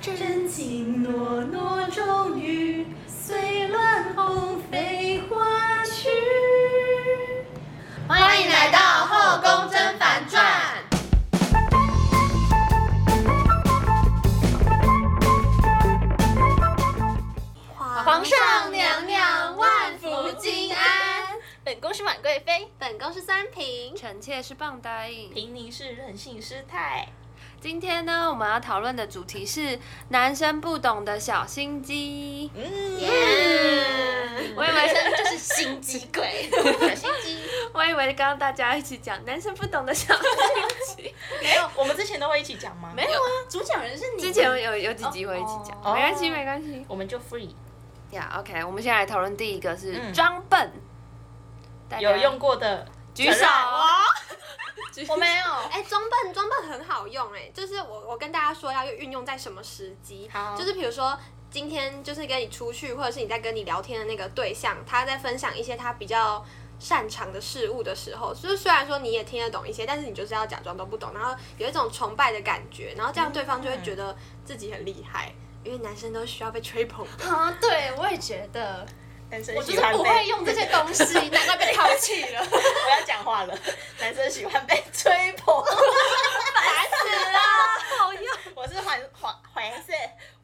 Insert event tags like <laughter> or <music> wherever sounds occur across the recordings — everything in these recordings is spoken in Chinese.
真情诺诺终于随乱红飞花去。欢迎来到《后宫甄嬛传》。皇上娘娘万福金安。本宫是婉贵妃，本宫是三平。臣妾是棒答应。平宁是任性失态。今天呢，我们要讨论的主题是男生不懂的小心机。嗯嗯，我以为是就是心 <laughs> 机鬼，小心 <laughs> 机。我以为刚刚大家一起讲男生不懂的小心机，没有，我们之前都会一起讲吗？没有啊，主讲人是你。之前有有几集会一起讲，哦没关系没关系。我们就 free，呀、o k 我们先来讨论第一个是嗯装笨，大家有用过的举手哦，举手我没有。哎、装笨装笨很好用哎、就是我我跟大家说要运用在什么时机好，就是比如说今天就是跟你出去，或者是你在跟你聊天的那个对象，他在分享一些他比较擅长的事物的时候，就是虽然说你也听得懂一些，但是你就是要假装都不懂，然后有一种崇拜的感觉，然后这样对方就嗯会觉得自己很厉害，因为男生都需要被吹捧。 <laughs> 啊，对我也觉得，男生我就喜是欢不被会用这些东西，难怪被抛弃了。我要讲话了。 <laughs> 男生喜欢被吹捧，啊 <laughs> 好用，我是黄黄黄色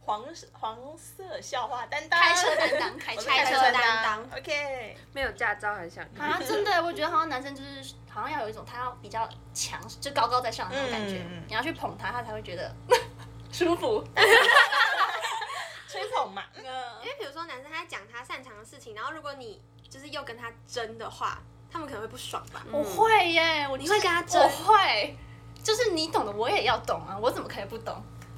黄色黄色笑话担当，开车担当开我是车开担当当。 OK，没有驾照还想嗯啊，真的，我觉得好像男生就是好像要有一种他要比较强，就高高在上的那种感觉，嗯你要去捧他，他才会觉得舒服。吹捧嘛。因为比如说男生他在讲他擅长的事情，然后如果你就是又跟他争的话，他们可能会不爽吧？我会耶，我你会跟他争我会，就是你懂的我也要懂啊，我怎么可以不懂？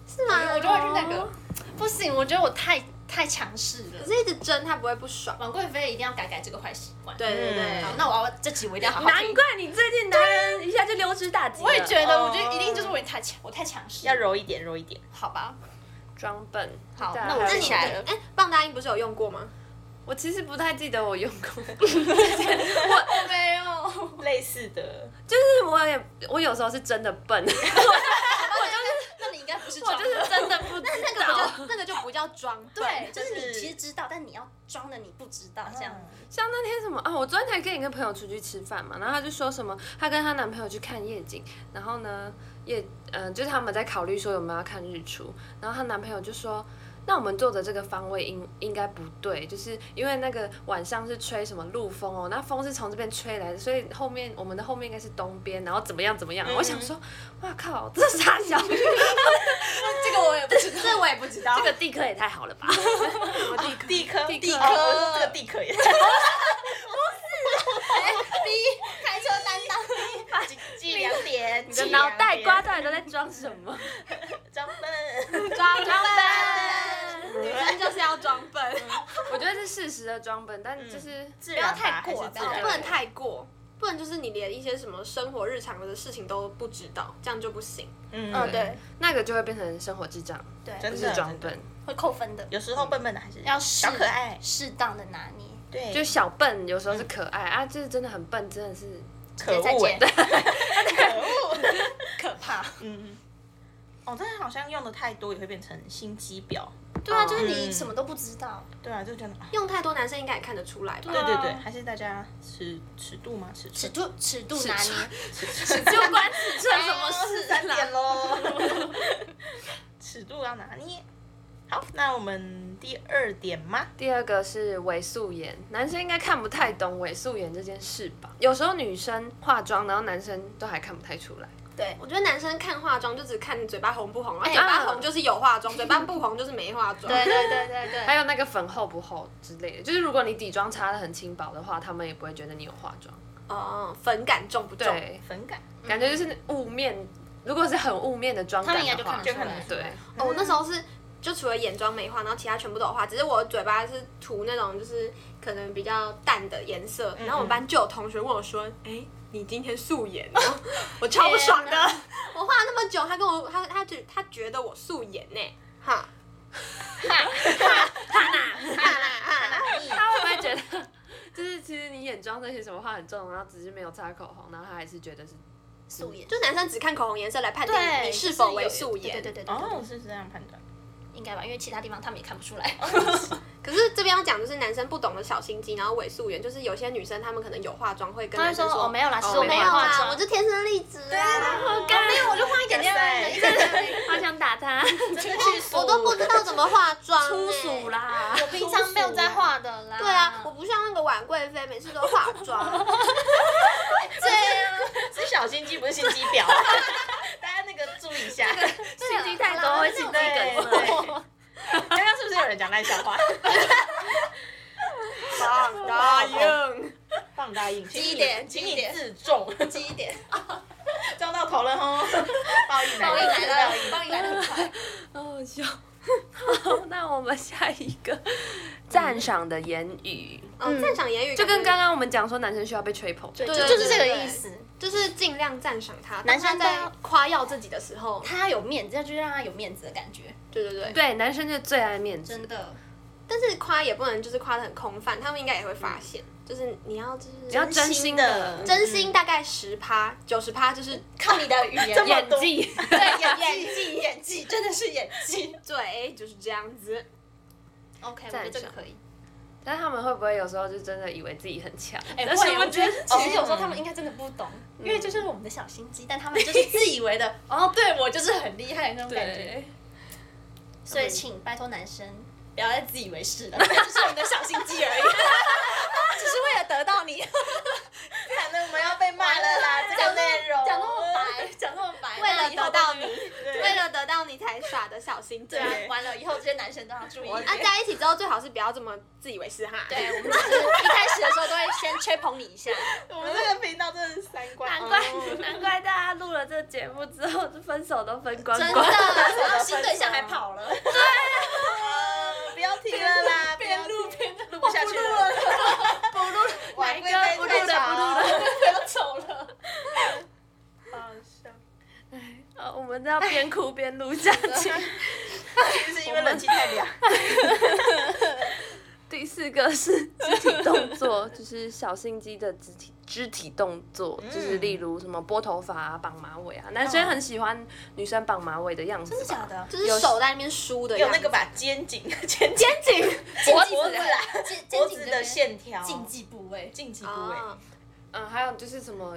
是吗？哦我就会去那个，不行，我觉得我太太强势了可。是一直争他不会不爽。王贵妃一定要改改这个坏习惯。对对对，嗯好，那我要这集我一定要好好难听。怪你最近男人一下就溜之大吉了。我也觉得，哦我觉得一定就是我太强，我太强势。 <laughs> 要柔一点，柔一点。好吧？装笨。好对啊那我还有那记你起其来他了哎、棒答应不是有用过吗？我其实不太记得我用过，我没 <laughs> 有，类似的，就是我也我有时候是真的 <laughs> 笨，那你应该不是我装就的。是真的不知那个道。不 <laughs> 就那个就不 <laughs> 叫装笨，对，就就是是你其实知道，但你要装的你不知嗯道嗯这样。像 <laughs> 那天什么啊，我昨天才跟一个朋友出去吃饭嘛，然后她就说什么，她跟她男朋友去看夜景，然后呢夜嗯、就是他们在考虑说有没有要看日出，然后她男朋友就说。那我们坐的这个方位应应该不对，就是因为那个晚上是吹什么陆风哦，那风是从这边吹来的，所以后面我们的后面应该是东边，然后怎么样怎么样？嗯我想说，哇靠，这傻小， <laughs> 这个我也不知道。 <laughs> 这我也不知道这。个地科也太好了吧？地科，地科地哦科，我说这个地科也。 B 开车担当， <laughs> 记记两点，你你的脑袋瓜到底都在装什么？<laughs> 张笨，装笨笨，女生就是要装笨， <laughs> 嗯我觉得是适时的装笨，嗯但就是不不要太过 <laughs> 自不要然不能太过，不然就是你连一些什么生活日常的事情都不知道，这样就不行。嗯嗯，对那个就会变成生活智障，对，真不的是装笨，会扣分的，有时候笨笨的还是要适小可爱，适当的拿捏。对，就小笨，有时候是可嗯爱啊，就是真的很笨，真的 <laughs> 是可再恶见欸， <laughs> 可恶，可怕。嗯。哦，但是好像用的太多也会变成心机婊，对哦啊，嗯就是你什么都不知道。对啊，就觉得啊，用太多男生应该也看得出来吧？啊对对对，还是大家尺尺度吗？尺尺寸度尺度拿捏，就关尺寸什么是事三点啦？喽， <laughs> 尺度要拿捏。好，那我们第二点吗？第二个是伪素颜，男生应该看不太懂伪素颜这件事吧？有时候女生化妆，然后男生都还看不太出来。对，我觉得男生看化妆就只看你嘴巴红不红，啊，哎嘴巴红就是有化妆，嘴巴不红就是没化妆。对对对对对，还有那个粉厚不厚之类的，就是如果你底妆擦的很轻薄的话，他们也不会觉得你有化妆。哦，粉感重不重？对，粉感感觉就是雾面，如果是很雾面的妆他感们应该的就看话，得就出看来得。对，哦，我那时候是就除了眼妆没画，然后其他全部都有画，只是我嘴巴是涂那种就是可能比较淡的颜色。嗯然后我们班就有同学问我说：“哎、你今天素颜哦？” <laughs> 我超不爽的天哪。 <laughs> 我画了那么久，他跟我他他觉他觉得我素颜呢、哈，他会不会觉得，就是其实你眼妆那些什么画很重，然后只是没有擦口红，然后他还是觉得是素颜，就男生只看口红颜色来判定对你是否就是有为素颜。哦对对对对对对。哦，是这样判断。应该吧，因为其他地方他们也看不出来。 <laughs> 可是这边要讲就是男生不懂得小心机，然后伪素颜，就是有些女生她们可能有化妆会跟他男会生说说哦没有啦，其实我没有化妆，啊，我就天生丽质啊，没有我就画一点 <laughs> 点而已，好想打他，真的去说我都不知道怎么化妆、欸，粗俗。啦，我平常没有在画的啦。对啊，我不像那个婉贵妃，每次都化妆。对啊，是小心机，不是心机婊。 <laughs> 大家那个注意一下，心机太多会心肌对梗塞。对。 <laughs> 刚刚是不是有人讲烂笑话？放大嗯应，放大应，请低一你点请低一你点自重，低一点，撞到头了哦，报应来报应了，来了报，应报应来的很快。好好笑。好，那我们下一个赞赏的言语，嗯，赞赏言语就跟感刚刚我们讲说男生需要被吹捧，对，对就对就对是这个对意思。觉就是尽量赞赏他，男生当他都要在夸耀自己的时候，他有面子，要就是让他有面子的感觉，对对对。对，男生就最爱面子，真的。但是夸也不能就是夸的很空泛，他们应该也会发现，就是你要就是只要真心的真真心大概十趴九十趴就是嗯靠你的语言，这么演技， <laughs> <laughs> 对演演技，演技真的是演技。 <laughs> 对，就是这样子。 OK，我赞觉得这个赏可以。但他们会不会有时候就真的以为自己很强？哎，但会是我觉得哦其实有嗯时候他们应该真的不懂，因为就是我们的小心机，但他们就是自以为的，哦，对我就是很厉害那种感觉。对，所以请拜托男生嗯不要再自以为是 <laughs> 了，就是我们的小心机而已， <laughs> 只是为了得到 <laughs> 你。可能我们要被骂了啦，这个内容讲那么白，讲那么白，为了得到你，对为了得到你才耍的小心机。对啊啊，，完了以后这些男生都要注意。在一起之后最好是不要这么自以为是哈。对， <laughs> 我们就是一开始的时候都会先吹捧你一下，我们这个频道真的是三观，难怪难怪大家录了这节目之后，分手都分光真的，光。然后新对象还跑了，哦不要停了啦，边录边录不下去了， <laughs> 不录了，不哪一个不录了不了，不要走了。好笑， <laughs> 呃我们都要边哭边录下去。就是因为冷气太凉，第四个是肢体动作，就是小心机的肢体肢体动作，就是例如什么拨头发啊、绑马尾啊，男生很喜欢女生绑马尾的样子吧，真的假的？就是手在那边梳的有样子那个吧，肩颈，肩颈，肩颈脖脖子啦，肩脖肩子颈的线条，禁忌部位，禁忌部位，啊，嗯，还有就是什么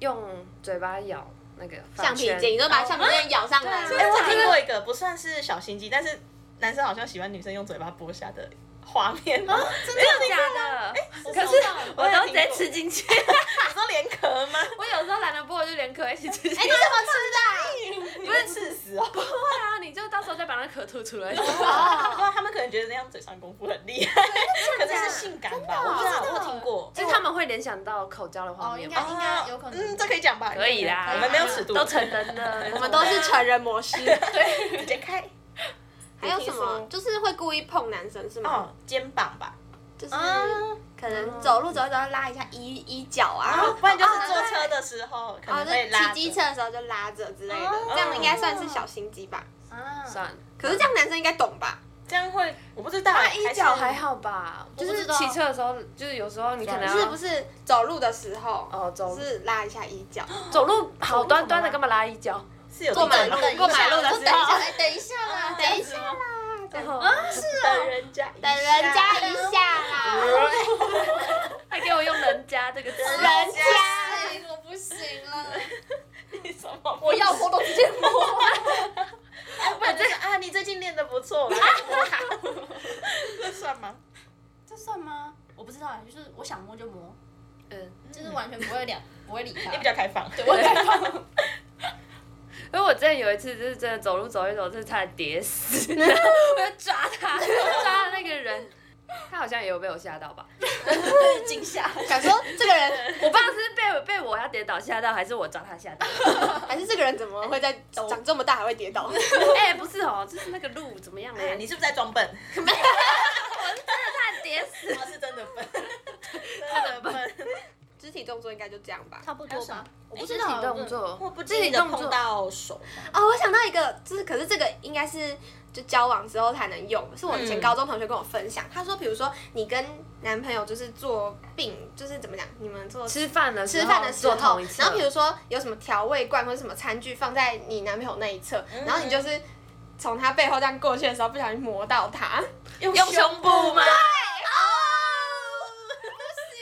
用嘴巴咬那个发橡皮圈筋，你都把橡皮筋咬上来。哎，我听过一个不算是小心机，但是男生好像喜欢女生用嘴巴剥虾的画面，我真的假的？可可是哎我都直接吃进去，说连壳吗？ <laughs> 我有时候懒得剥，我就连壳一起吃进去。哎，你怎么吃你会刺死哦！对啊，你就到时候再把那壳吐出来。不过他们可能觉得那样嘴上功夫很厉害，可能是性感吧，我不知道，真的我有听过。就是他们会联想到口交的画哦，面应吧该？应该有可能。嗯，这可以讲吧？可以啊啦，我们没有尺度，都成人了，我们都哎是成人模式。直接开。还有什么？就是会故意碰男生是吗？哦，啊肩膀吧，就是可能走路走一走会拉一下衣衣角然啊后，哦不然就是坐车的时候可哦，能就会拉骑着。机车的时候就拉着之类的哦，这样应该算是小心机吧。啊，算了。可是这样男生应该懂吧？这样会，我不知道。那衣角还是好吧，就不是知道骑车的时候，就是有时候你可能不是要不是，走路的时候哦走就是拉一下衣角，哦走路好端端的，干嘛拉衣角？是有过马路等过马路的我时说等一下，候，哎等一下啊啦，等等一一下下，啦，然后等人家，等人家一下啦，哦还给我用“人家”这个词，人家。不行，我不行了，你什么？我要摸都直接摸。反正啊，你最近练的不错，我 <laughs> 来摸它这算吗？这算吗？我不知道啊，就是我想摸就摸，嗯，就是完全不会两不会理 <laughs> 他你比。较开放，对，我开放。 <laughs> 因为我之前有一次就是真的走路走一走，就是差点跌死，然后 <laughs> 我就抓他，抓那个人，他好像也有被我吓到吧？惊吓。 <laughs> 想说这个人， <laughs> 我不知道是被我被我要跌倒吓到，还是我抓他吓到。 <laughs> 还是这个人怎么会在长这么大还会跌倒？哎、不是哦，就是那个路怎么样啊嘞？你是不是在装笨？差点跌死，他是真的笨，真的笨。 <laughs> 肢体动作应该就这样吧。差不多吧。我肢体动。作，我不自己记得动碰作。到手，哦，我想到一个，就是可是这个应该是就交往之后才能用，是我以前嗯高中同学跟我分享，他说，比如说你跟男朋友就是做病，就是怎么讲，你们做吃饭的时吃候饭的时坐候同一，嗯侧然后比如说有什么调味罐或者什么餐具放在你男朋友那一侧，然后你就是。从他背后这样过去的时候，不小心磨到他。用用胸胸部吗？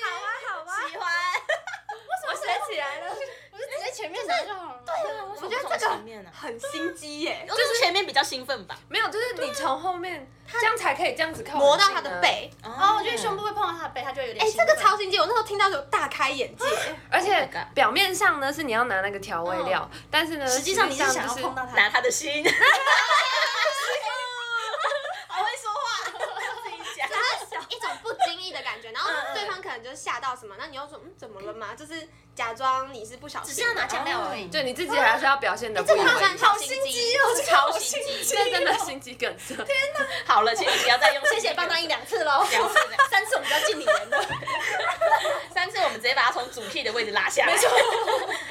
好啊，好啊，喜欢。我学起来了，不是直接前面拿就好了？对啊，我我觉觉得这得这个个前面呢，很心机 <laughs> 耶，就是前面比较兴奋吧。没有，就是你从后面这样才可以这样子靠磨很到近他的啊，背。哦，我觉得胸部会碰到他的背，他就有点哎、兴这奋。个超心机，我那时候听到就大开眼 <laughs> 界。而且 Oh my god 表面上呢是你要拿那个调味料，但是呢实际上你是想要就是碰到他，拿他的心。好会说话，自己讲。一种不经意的感觉，然后对方可能就吓到什么，那你又说嗯怎么了吗？就是假装你是不小只心，是要拿酱料而已。就你自己还是要表现的不一这个好像样，好心机哦这个好心机。这真的心机梗塞。好了，请你不要再用，谢谢帮他一两次喽。两次，三次我们就要敬你 <laughs> 人了。三次我们直接把他从主 key 的位置拉下来。<laughs> 没错，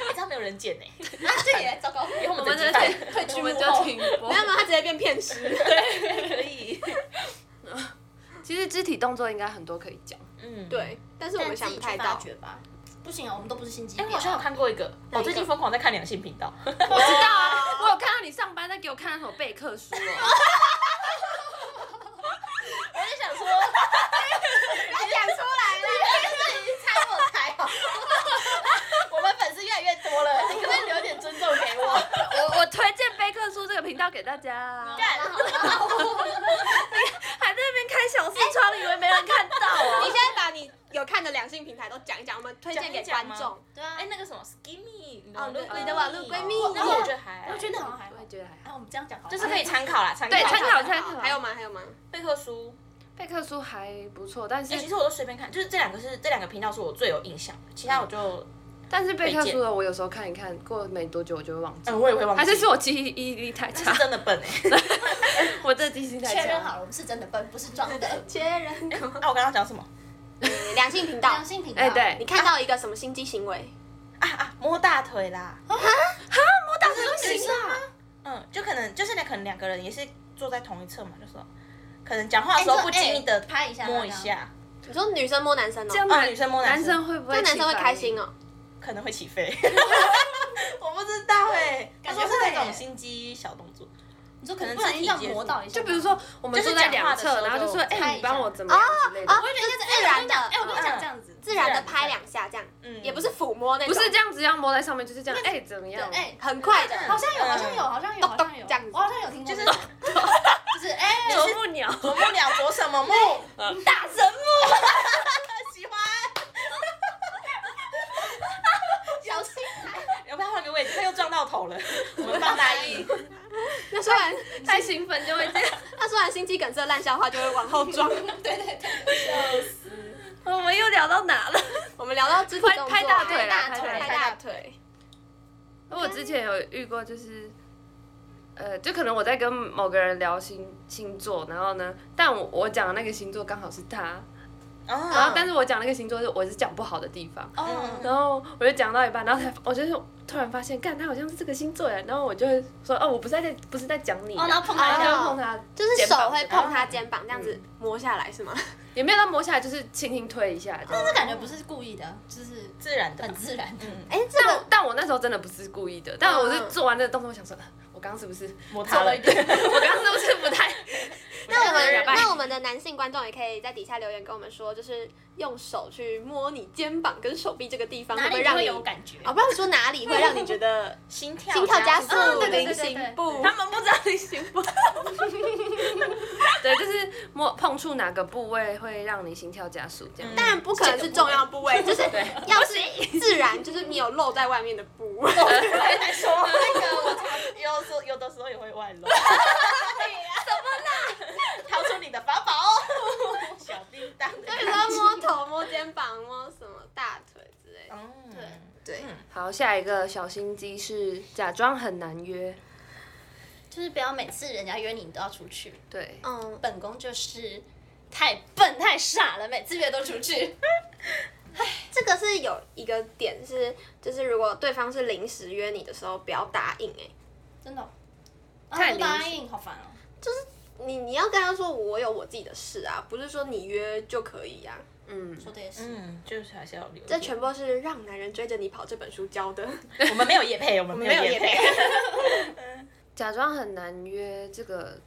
哎这样没有人捡欸呢。啊，这也糟糕，以后我我们们整就集翻退我们就停播没。有没有，他直接变骗师。可以。其实肢体动作应该很多可以讲，嗯，。对，但是我但们自想己不去太发到。掘吧。不行啊，我们都不是心机婊哎，啊。我好像有看过一个，哪一个我最近疯狂在看两性频道，我知道啊，我有看到你上班在给我看什么备课书哦，我就想说，他讲出来 <laughs> 了，你猜我猜哦。我们粉丝越来越多 <laughs> 了，啊你可不可以留点尊重给我？ <laughs> 我我推荐备课书这个频道给大家啊， <laughs> 还在那边开小视窗，以为没人看到你啊现。在把你有看的两性平台都讲一讲，我们推荐给观讲一讲吗众。对啊哎，那个什么 Skimmy，你的哦网络对闺你蜜的网络闺蜜哦那我觉得还好，哦我觉得好像还好 <laughs> 我也。觉得还好啊，我们这样讲好了，就是可以参考啦，参考对参考参考还有吗？还有 <laughs> 吗？备课书。备课书还不错，但哎，其是实我都随便看，就是这两个是这两个频道是我最有印象的，其他我就但是备课书的我有时候看一看，过没多久我就会忘记，嗯我 <laughs> 也会忘记，还是是我记忆力太这差是，真的笨哎。 <laughs> <laughs> 我这记性太确认差好。了，我们是真的笨，不是装 <laughs> 的。切人口，啊，我刚刚讲什么两性频道良。性频道，哎，，对你，看到一个什么心机行为？啊啊？摸大腿啦。我当时都行啊，嗯，就可能就是那可能两个人也是坐在同一侧嘛，就说可能讲话哎的时候不经意的拍一下，摸一，下，你说女生摸男生哦这，样啊，女生摸男男生会不这会样男生会气烦开心哦。可能会起飞。我不知道哎，他感觉说会是那种心机小动作，你说可可能能不小心这样磨到一下，就比如，说我们坐在两侧，就是讲话的时候然后就说，就哎，猜你一下帮我怎么样之类的，啊我有点像是自然的哎，我跟你讲，这样子，自然的拍两下，这样，嗯也不是抚摸那不种，是这样子，要摸在上面，就是这样，哎，怎么样？哎，很快 <laughs> 的，好像有，好像有，好像有，好像有，我好像有听过，就是 <laughs> 就是哎， <laughs> 啄木鸟，啄木鸟啄什么木？大神木，喜欢。小心要不要换个位置？他又撞到头了，我们放大一。那虽然 <laughs> 太兴奋就会这样。那虽然心机梗塞烂笑话就会往后装， <laughs> 对对对， <laughs> 我们又聊到哪了？我们聊到肢体动作，拍拍大腿啦拍大腿拍拍大腿，我之前有遇过，就是，呃，就可能我在跟某个人聊星星座，然后呢，但我我讲的那个星座刚好是他，然后啊但是我讲那个星座是我是讲不好的地方，哦，然后我就讲到一半，然后才我就是突然发现，干他好像是这个星座哎，然后我就会说，哦，我不是在不是在讲你啊，哦然后碰然到后就碰一下，他，就是肩手膀会这边碰他肩膀，这样子摸下来是吗？也没有到摸下来，就是轻轻推一下这样。但是感觉不是故意的，就是自然的很，自然的。哎，这但个我但我那时候真的不是故意的，但我是做完这个动作，我想说，呃我刚刚是不是，摸他了。 <laughs> <laughs> 我刚刚是不是不太？ <laughs> 那我们两百那我们的男性观众也可以在底下留言跟我们说，就是用手去摸你肩膀跟手臂这个地方，哪会不里让会哦你有感觉？ <laughs> 啊？不要说哪里会让你觉 <laughs> 得心跳心跳加速嗯、对对菱对对形步，们不知道你行不？对，就是摸碰触哪个部位会让你心跳加速这样。当然不可能是重要部位， <laughs> 就是要是自然，就是你有露在外面的部位。来说，那个我常有时候有的时候也会外露。掏出你的法宝， <laughs> 小叮当。就比如说摸头、摸肩膀、摸什么大腿之类的。嗯，对对，好，下一个小心机是假装很难约。 <laughs> 就是不要每次人家约你，你都要出去。对，嗯，本宫就是太笨太傻了，每次约都出去。这个是有一个点是，就是如果对方是临时约你的时候，不要答应、欸。真的、哦，太 <laughs> 啊、不临时答应，好烦哦。你你要跟他说我有我自己的事啊，不是说你约就可以啊。嗯，说的也是，嗯，就是还是要留。这全部都是《让男人追着你跑》这本书教的。我们没有夜配，我们没没有有业夜配配。假装很难约这个，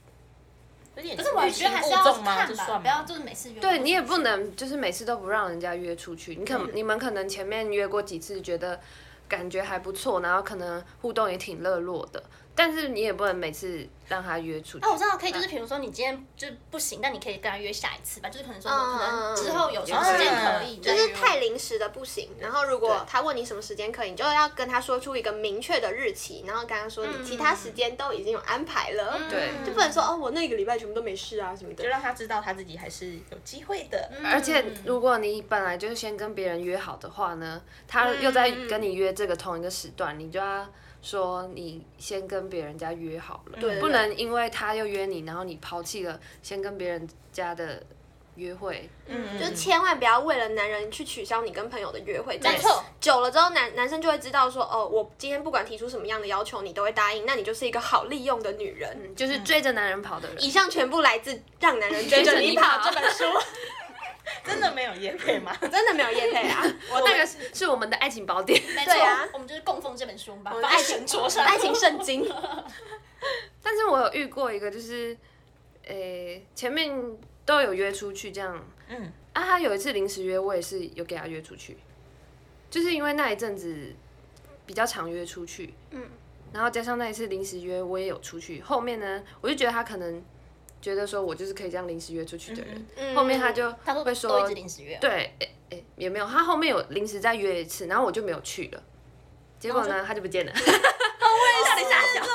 有点可是我觉得还是要欲擒故纵吗看这吧，算不要吗？就是每次约。对你也不能就是每次都不让人家约出去。你可嗯你们可能前面约过几次，觉得感觉还不错，然后可能互动也挺热络的，但是你也不能每次让他约出去啊，。我知道可以，嗯就是比如说你今天就不行，但你可以跟他约下一次吧，就是可能说嗯可能之后有什嗯么嗯时间可以，嗯就是太离临时的不行。然后如果他问你什么时间可以，你就要跟他说出一个明确的日期，然后跟他说你其他时间都已经有安排了， <laughs> 对就不能说哦我那个礼拜全部都没事啊什么就的。让他知道他自己还是有机会的。嗯而且，嗯如果你本来就是先跟别人约好的话呢，他又在跟你约这个同一个时段，你就要说你先跟别人家约好了，对不能因为他又约你，然后你抛弃了先跟别人家的约会。嗯，就千万不要为了男人去取消你跟朋友的约会，这样没错，久了之后男男生就会知道说，哦，我今天不管提出什么样的要求，你都会答应，那你就是一个好利用的女人。嗯就是追着男人跑的人。以上全部来自《让男人追着你跑》这本书， <laughs> 真的没有夜配吗？ <laughs> 真的没有叶配啊，我那个是是我们的爱情宝 <laughs> 典， <laughs> 没错对啊，我们就是供奉这本书吧，们放在神桌上，爱情圣经。但是我有遇过一个，就是，诶、前面都有约出去这样，嗯，啊，他有一次临时约，我也是有给他约出去，就是因为那一阵子比较常约出去，嗯，然后加上那一次临时约，我也有出去。后面呢，我就觉得他可能觉得说我就是可以这样临时约出去的人，嗯后面他就他说会都说一直临时约，对，诶、诶、也没有，他后面有临时再约一次，然后我就没有去了，结哦果呢，他就不见了。到底啥想？不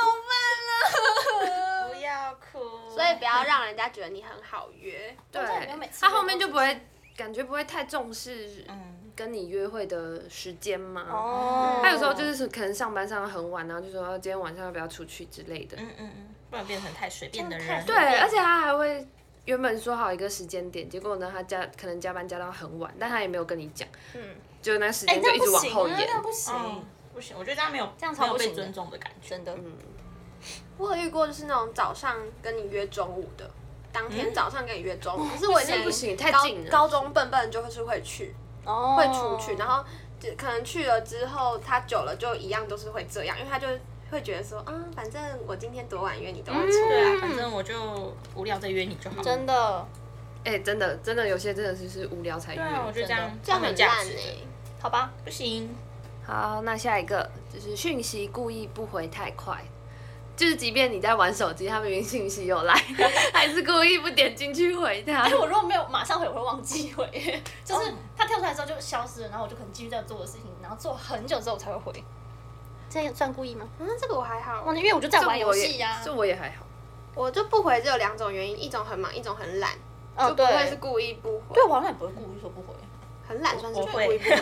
要哭。嗯所以不要让人家觉得你很好约。对这样不用每，次他约后都面是就不会感觉不会太重视嗯，跟你约会的时间嘛。哦他有时候就是可能上班上到很晚，然后就说哦今天晚上要不要出去之类的。嗯嗯嗯，不然变成太随便的真的太人。随对，啊便而且他还会原本说好一个时间点，结果呢他加可能加班加到很晚，但他也没有跟你讲，嗯，就那时哎，间这就样一不直往行后啊，延这。样不嗯行，，不行，我觉得这样没有这样没超有不被行的尊重的感觉。真的，嗯我有遇过就是那种早上跟你约中午的，当天早上跟你约中午，可是我以前不行太高近了高中笨笨就是会去，哦，会出去，然后就可能去了之后，他久了就一样都是会这样，因为他就会觉得说，啊，反正我今天多晚约你都会出对来。啊，反正我就无聊再约你就好了。真的嗯哎、真的真的有些真的就是无聊才约对。啊，我觉得这样这样蛮很有价烂欸值呢、的。好吧，不行，好，那下一个就是讯息故意不回太快，就是即便你在玩手机，他明明信息有来， <laughs> 还是故意不点进去回他哎，。我如果没有马上回，我会忘记回， <laughs> 哦就是他跳出来之后就消失了，然后我就可能继续在做我的事情，然后做很久之后我才会回。这样算故意吗？嗯，这个我还好哇，，因为我就 <laughs> 在这我玩游也戏啊呀。这我也还好。我就不回只有两种原因，一种很忙，一种很懒，哦，就不会是对，故意不回。对，啊我好像也不会故意说不回，很懒算是我故会意不回。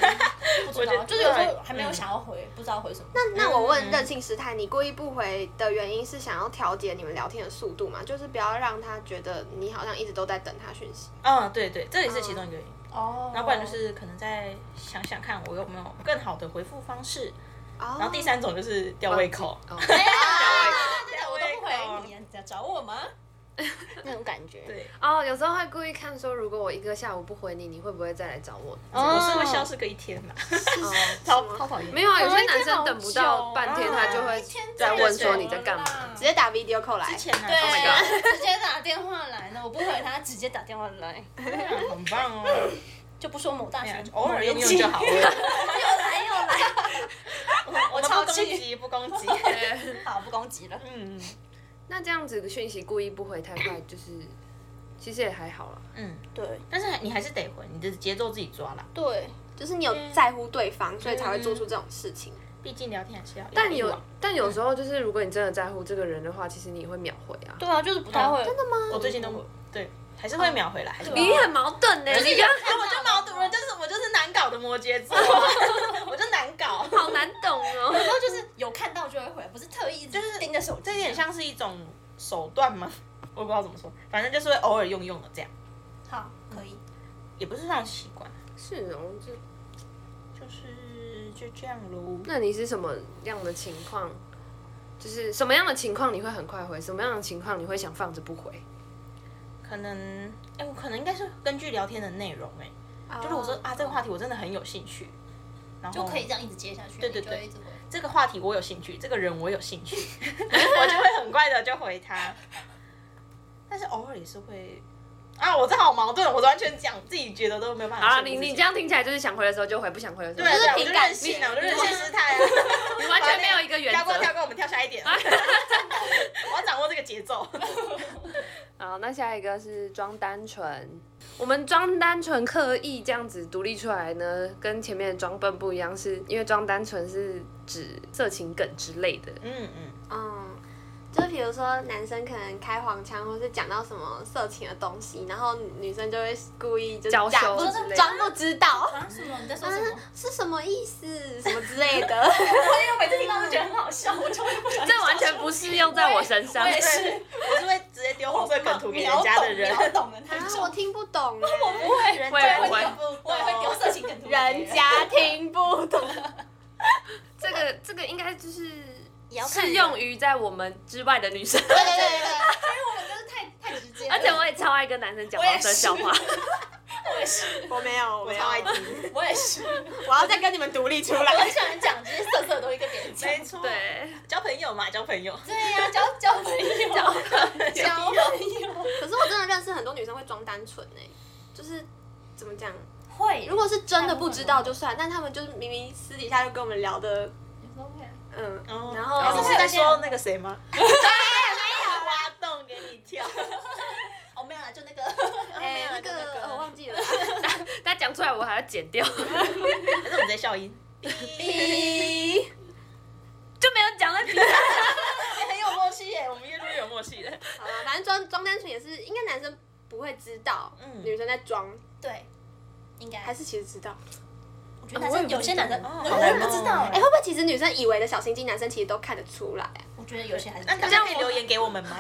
不我知道，觉得就是有时候还没有想要回，不知道回什么。那那我问任性时态，你故意不回的原因是想要调节你们聊天的速度嘛？就是不要让他觉得你好像一直都在等他讯息。嗯，对对，这也是其中一个原因。哦，然后不然就是可能再想想看我有没有更好的回复方式。然然后第，三种就是吊胃口，哦哎呀，对对对，吊我都胃口不回你，你要找我吗？ <laughs> 那种感觉，对，哦，有时候会故意看说，如果我一个下午不回你，你会不会再来找我？哦我是会消失个一天嘛，哦， <laughs> 超什么超讨厌。哎没有啊，有哦些一男天生好等不久到哦半天，他就会一天在太问久说你了在干嘛啦直接打 video call 来之。前啊， my god 对，啊直接打电话来呢，我不回他，直接打电话来，对，很哎棒哦，哎就不说某大学，偶尔用又用就好了。来又来， <laughs> <laughs> 我我们超不攻气，击，不攻击。好不攻击了，嗯那这样子的讯息故意不回太快，就是其实也还好啦。嗯，对但是你还是得回，你的节奏自己抓啦。对，就是你有在乎对方，所以才会做出这种事情。毕竟聊天还是要。但有但有时候就是，如果你真的在乎这个人的话，其实你也会秒回啊。对啊，就是不太会，真的吗？我最近都对，还是会秒回来，还是会对啊你很矛盾 <laughs> 呢，你刚哎，我就毛毒人，就是我就是难搞的摩羯 <laughs> 座，我就难搞。好难懂哦。然后就是有看到就会回，不是特意就是盯着手机，啊这有点像是一种手段吗？ <laughs> 我也不知道怎么说，反正就是会偶尔用用的这样，好，可以，也不是让习惯，是哦，这就是就这样喽。那你是什么样的情况？就是什么样的情况你会很快回，什么样的情况你会想放着不回？可能，哎、我可能应该是根据聊天的内容、哎、就是我说啊，这个话题我真的很有兴趣，然后哦就可以这样一直接下去，对对对你就会一直回。这个话题我有兴趣，这个人我有兴趣， <laughs> 我就会很快的就回他。但是偶尔也是会啊，我这好矛盾，我完全讲自己觉得都没有办法好说了，服自己。你你这样听起来就是想回的时候就回，不想回的时候对啊就对，回我凭就感任性觉啊，我就 <laughs> 任性失态啊，你完全没有一个原跳过则。跳过，我们跳下一 <laughs> 点。 <laughs> 我要掌握这个节奏。好，那下一个是装单纯。我们装单纯刻意这样子独立出来呢，跟前面的装笨不一样，是因为装单纯是指色情梗之类的。嗯嗯。 <laughs> 嗯，就是比如说男生可能开黄腔，或是讲到什么色情的东西，然后女生就会故意就是娇羞假不之类的装不知道。啊什么？你在说嗯什么？，是什么意 <laughs> 思？什么之类的，因为我每次听到都觉得很好笑，我就会不想。这完全不适用在我身上我。也是对，我是会直接丢红色梗图给人家的人。秒懂秒懂的那啊，种。 <laughs> 我听不懂欸，会人我家也会会听不懂 <laughs> 我也会丢色情梗图给人家听不懂。这个这个应该就是也要看人适啊用于在我们之外的女生，对对对对，我真的太太直接了，而且我也超爱跟男生讲我也黄色笑话。我也是， <laughs> 我没有，我我没有超，爱听。我也是，我要再跟你们独立出我来很。喜欢讲这些色色的东西跟别人讲。没错，，对，交朋友嘛，交朋友。对呀、交交朋友，交交朋友 <laughs> 可是我真的认识很多女生会装单纯哎、就是怎么讲？会如果是真的不知道就算，但他们就是明明私底下就跟我们聊的，嗯，哦然后你哦是在说那个谁吗？ <laughs> 对， <laughs> 挖洞给你跳。哦，没有啦，就 <laughs> 那个哎、那没有那个个我忘记了，但讲出来我还要剪掉，还是我们在笑 <laughs> 音？咦，就没有讲在别哎很有默契耶，我们越录越有默契的。好了，反正装装单纯也是，应该男生不会知道，嗯女生在装，对，应该还是其实知道？我觉得男生有些男生，哦我我也不知道哎哎、会不会其实女生以为的小心机，男生其实都看得出来啊？我觉得有些还是那大这家样可以留言给我们 <laughs> 吗？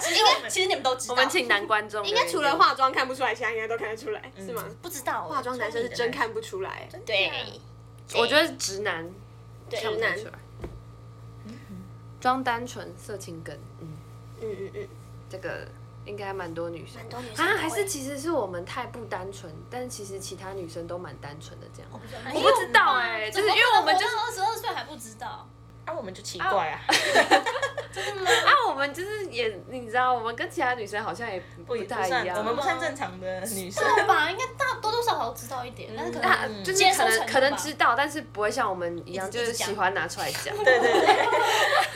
其实我们其实你们都知道，我们请男观众留应言给我，该除了化妆看不出来，其他应该都看得出来，是吗？不知道化妆男生是哦真看不出来，对，我觉得直男直看不太男出，来。装单纯、色情梗，嗯，嗯嗯嗯，这个应该蛮多女生。很多女生啊，还是其实是我们太不单纯，但其实其他女生都蛮单纯的这样。我我不知道哎、就是因为我们就是二十二岁还不知道，那我们就奇怪啊，啊，我们就是也你知道，我们跟其他女生好像也不不太算一样。我们不算正常的女生。对吧？应该大多多少少知道一点，但是可那能就是接受可程能度可能吧知道，但是不会像我们一样，一直就一直是喜讲欢拿出来讲。对对 <laughs> 对，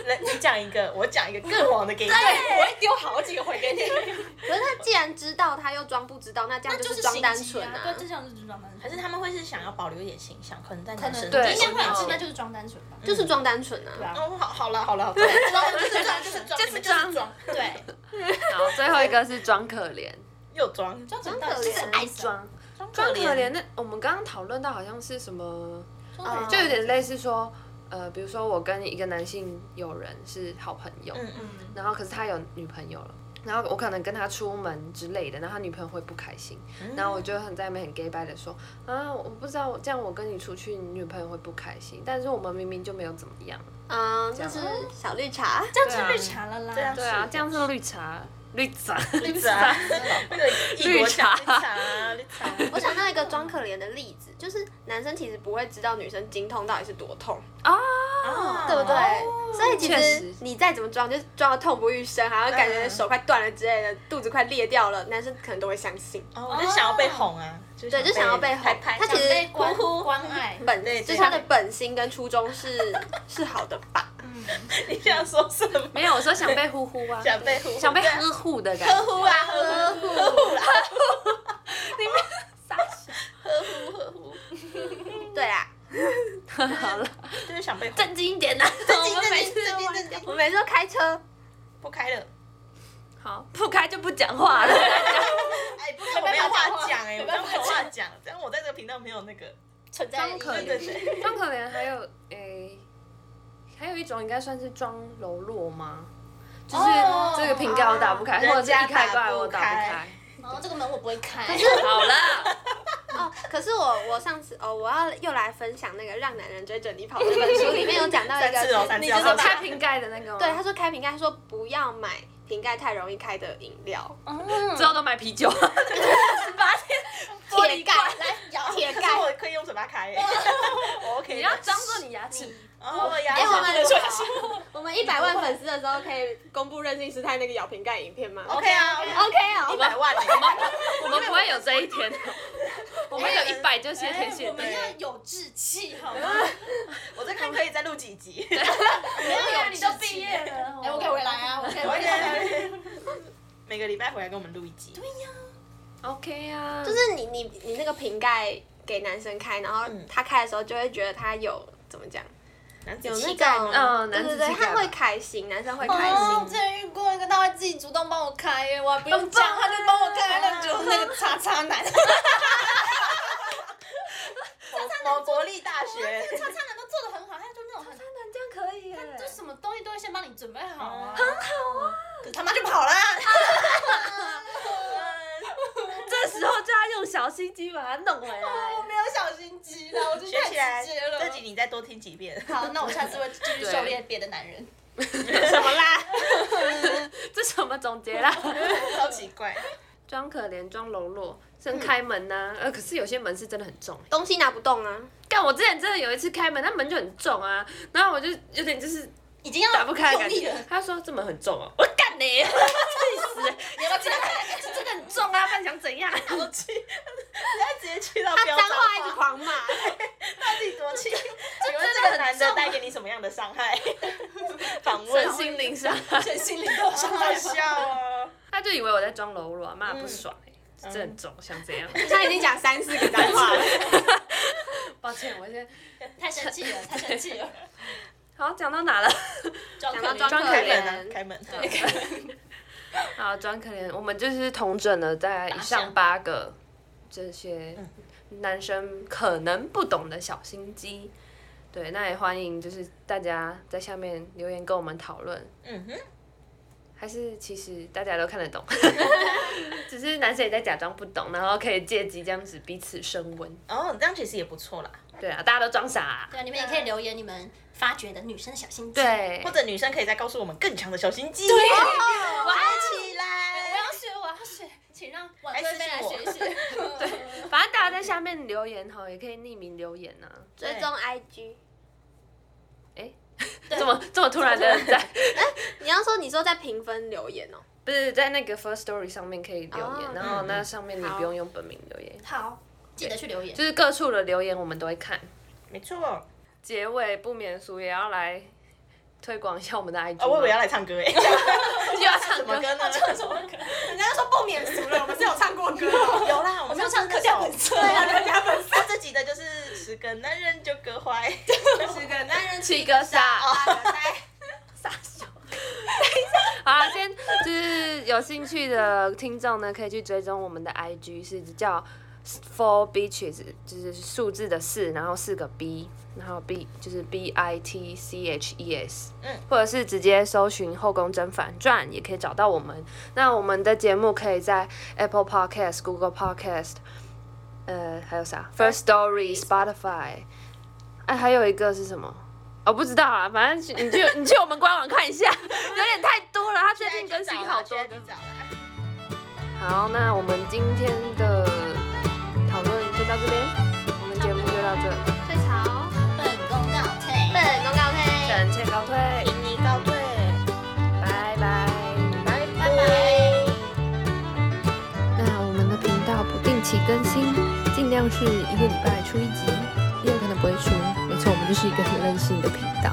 来你讲一个，我讲一个更黄的给你。我会丢好几个回给你，可是他既然知道，他又装不知道，那这样那是是装心单机纯啊，对，这像是装单纯， <laughs> 还是他们会是想要保留一点形象，可能在可男能生对应该会是，哦那就是装单纯吧，就是装单纯啊。啊，哦，好，好了，好了，好了，装就是装，就是装，就是你们就是装装，对，然后最后一个是装可怜，又装，装可可怜就是怜爱装，装可怜。那我们刚刚讨论到好像是什么，装可怜就有点类似说，呃，比如说我跟一个男性友人是好朋友，嗯嗯，嗯，然后可是他有女朋友了。然后我可能跟他出门之类的，然后他女朋友会不开心，嗯然后我就很在那边很 gay 掰的说啊，我不知道我这样我跟你出去，你女朋友会不开心，但是我们明明就没有怎么样。嗯，就是小绿茶，这样就绿茶了对啦啊，对啊，这样是绿茶，绿茶，绿茶， <laughs> 那个异国小绿茶，啊绿茶，我想到一个装可怜的例子，就是男生其实不会知道女生经痛到底是多痛，啊对不对？所以其确实实你再怎么装，就是装的痛不欲生，好像感觉手快断了之类的，肚子快裂掉了，男生可能都会相信。哦，我就想要被哄啊，对对，就想要被哄拍拍。他其长辈实关关爱，本对就是对他的本心跟初衷是 <laughs> 是好的吧？ <laughs> 你想说什么？ <laughs> <laughs> 没有，我说想被呼呼啊，想被哄，想被呵护的感觉。呼啊，呵护， <laughs> 对啊啦， <laughs> 好了，就是想被哄。正经一点的， <laughs> 正我们每次都玩玩我每次都开车，不开了，好，不开就不讲话了。哎，不开我没有话讲哎，我没有话讲，这样我在这个频道没有那个，存在的装意可对怜义，对对， <laughs> 装可怜还有诶、还有一种应该算是装柔弱吗？就是哦这个瓶盖我打不开，人家或者是一开关我打不打开。然哦后这个门我不会开， <laughs> 好了，哦，可是我我上次哦，我要又来分享那个《让男人追着你跑》这本书，里面有讲到一个，三次哦三次你哦就就是是开瓶盖的那个吗？对他说开瓶盖，他说不要买瓶盖太容易开的饮料， <laughs> <laughs> 嗯之后都买啤酒。玻璃盖来摇铁也 <laughs> 可是盖。我可以用嘴巴 <laughs> 开欸，我 OK 的。你要装作你牙齿哦，我牙哎、我齿们我我们一百万粉丝的时候，可以公布任性师太那个咬瓶盖影片吗 OK 啊？OK 啊，一百万欸， <laughs> 一百万我们不会有哎这一天 <laughs> 的，我们有一百就谢天谢哎我们地。要有志气，好吗？我这看可以再录几集。你要有你都志气毕业了，哎，我可以回来啊，我可以回来。 <laughs> 每个礼拜回来跟我们录一集。 OK 啊，就就是你你你那个瓶盖给男生开，然后他开的时候就会觉得他有怎么讲，男子有那气概种吗？嗯对对男对，子气概吧他会开心，男生会开心。哦，我之前遇过一个，他会自己主动帮我开耶，我还不用讲，他就啊帮我开，那就那个叉叉 <laughs> 男，叉某某国立大学，叉男都做的很好，他就那种很，这样可以耶。就什么东西都会先帮你准备好啊，可是他妈就跑啦。这时候就要用小心机把它弄回我来。没有小心机了，我就学太起来，直接了。这集你再多听几遍。好，那我下次会继续狩猎别的男人。什么啦？ <laughs> 这什么总结啦？超奇怪。装可怜，装柔弱，先开门呐、呃，可是有些门是真的很重、东西拿不动啊，干，我之前真的有一次开门，那门就很重啊，然后我就有点就是已经要打不开的哦用感力觉了，。他说这门很重哦、我说干你，气死！你要不要进来 <laughs> 看？这真的很重啊，不然想怎样？我气，他直接气到他飙脏话一直狂骂，到底多 <laughs> 气？请问这个男的带给你什么样的伤害？访 <laughs> 问身心灵伤害，身心灵都伤好害笑哦。他就以为我在装柔弱、啊，骂得嗯不爽、欸，这真的很重，想怎 <laughs> 样？他已经讲三四个脏话了。抱歉，我先太生气了，太生气了。好讲到哪了？ <laughs> 装可到怜装可开怜门啊，开门。好，装可怜，我们就是同整了大概以上八个这些嗯男生可能不懂的小心机。对，那也欢迎就是大家在下面留言跟我们讨论，嗯哼，还是其实大家都看得 <laughs> 懂，只是男生也在假装不懂，然后可以借机这样子彼此升温。哦，这样其实也不错啦。对啊，大家都装傻啊、对，你们也可以留言你们发掘的女生的小心机。对或，者女生可以再告诉我们更强的小心机。哦我要起我来。要学，我要学，请让晚贵妃来学习。 <laughs> 对，反正大家在下面留言哈，也可以匿名留言呐、啊。追踪 IG，这么这么突然的在，你要说你说在评分留言哦，不是在那个 First Story 上面可以留言哦然后嗯那上面你好不用用本名留言， <laughs> 好，记得去留言就。是各处的留言我们都会看。没错。哦，结尾不免俗也要来推广一下我们的 IG 吗。哦我以为要来唱歌诶。就要唱什么歌，歌呢？ <laughs> 人家说不免俗了，我们是有唱过歌哦。 <laughs> 有啦，我们要要唱唱客歌家手。本色啊，客家本色。那这集的就是十个男人就 <laughs> 割坏，是个男人七个傻。拜傻笑。好啊，今天就是有兴趣的听众呢，可以去追踪我们的 IG，是叫 Four Beaches，就是数字的四，然后四个 B，然后 B 就是 B I T C H E S，嗯，或者是直接搜寻《后宫甄嬛传》也可以找到我们。那我们的节目可以在 Apple Podcast、Google Podcast，呃，还有啥 First Story、Spotify，哎，还有一个是什么？我、不知道啊，反正去你去你去我们官网看一 <laughs> 下，有点太多了，它最近更新啊好多你找啦。好，那我们今天的讨论就到这边，我们节目就到这，退潮，本宫告退。本公告退，感谢高退，印尼告退，拜拜。拜拜拜。那我们的频道不定期更新，尽量是一个礼拜出一集，也有可能不会出。没错，我们就是一个很任性的频道。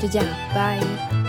就这样，拜。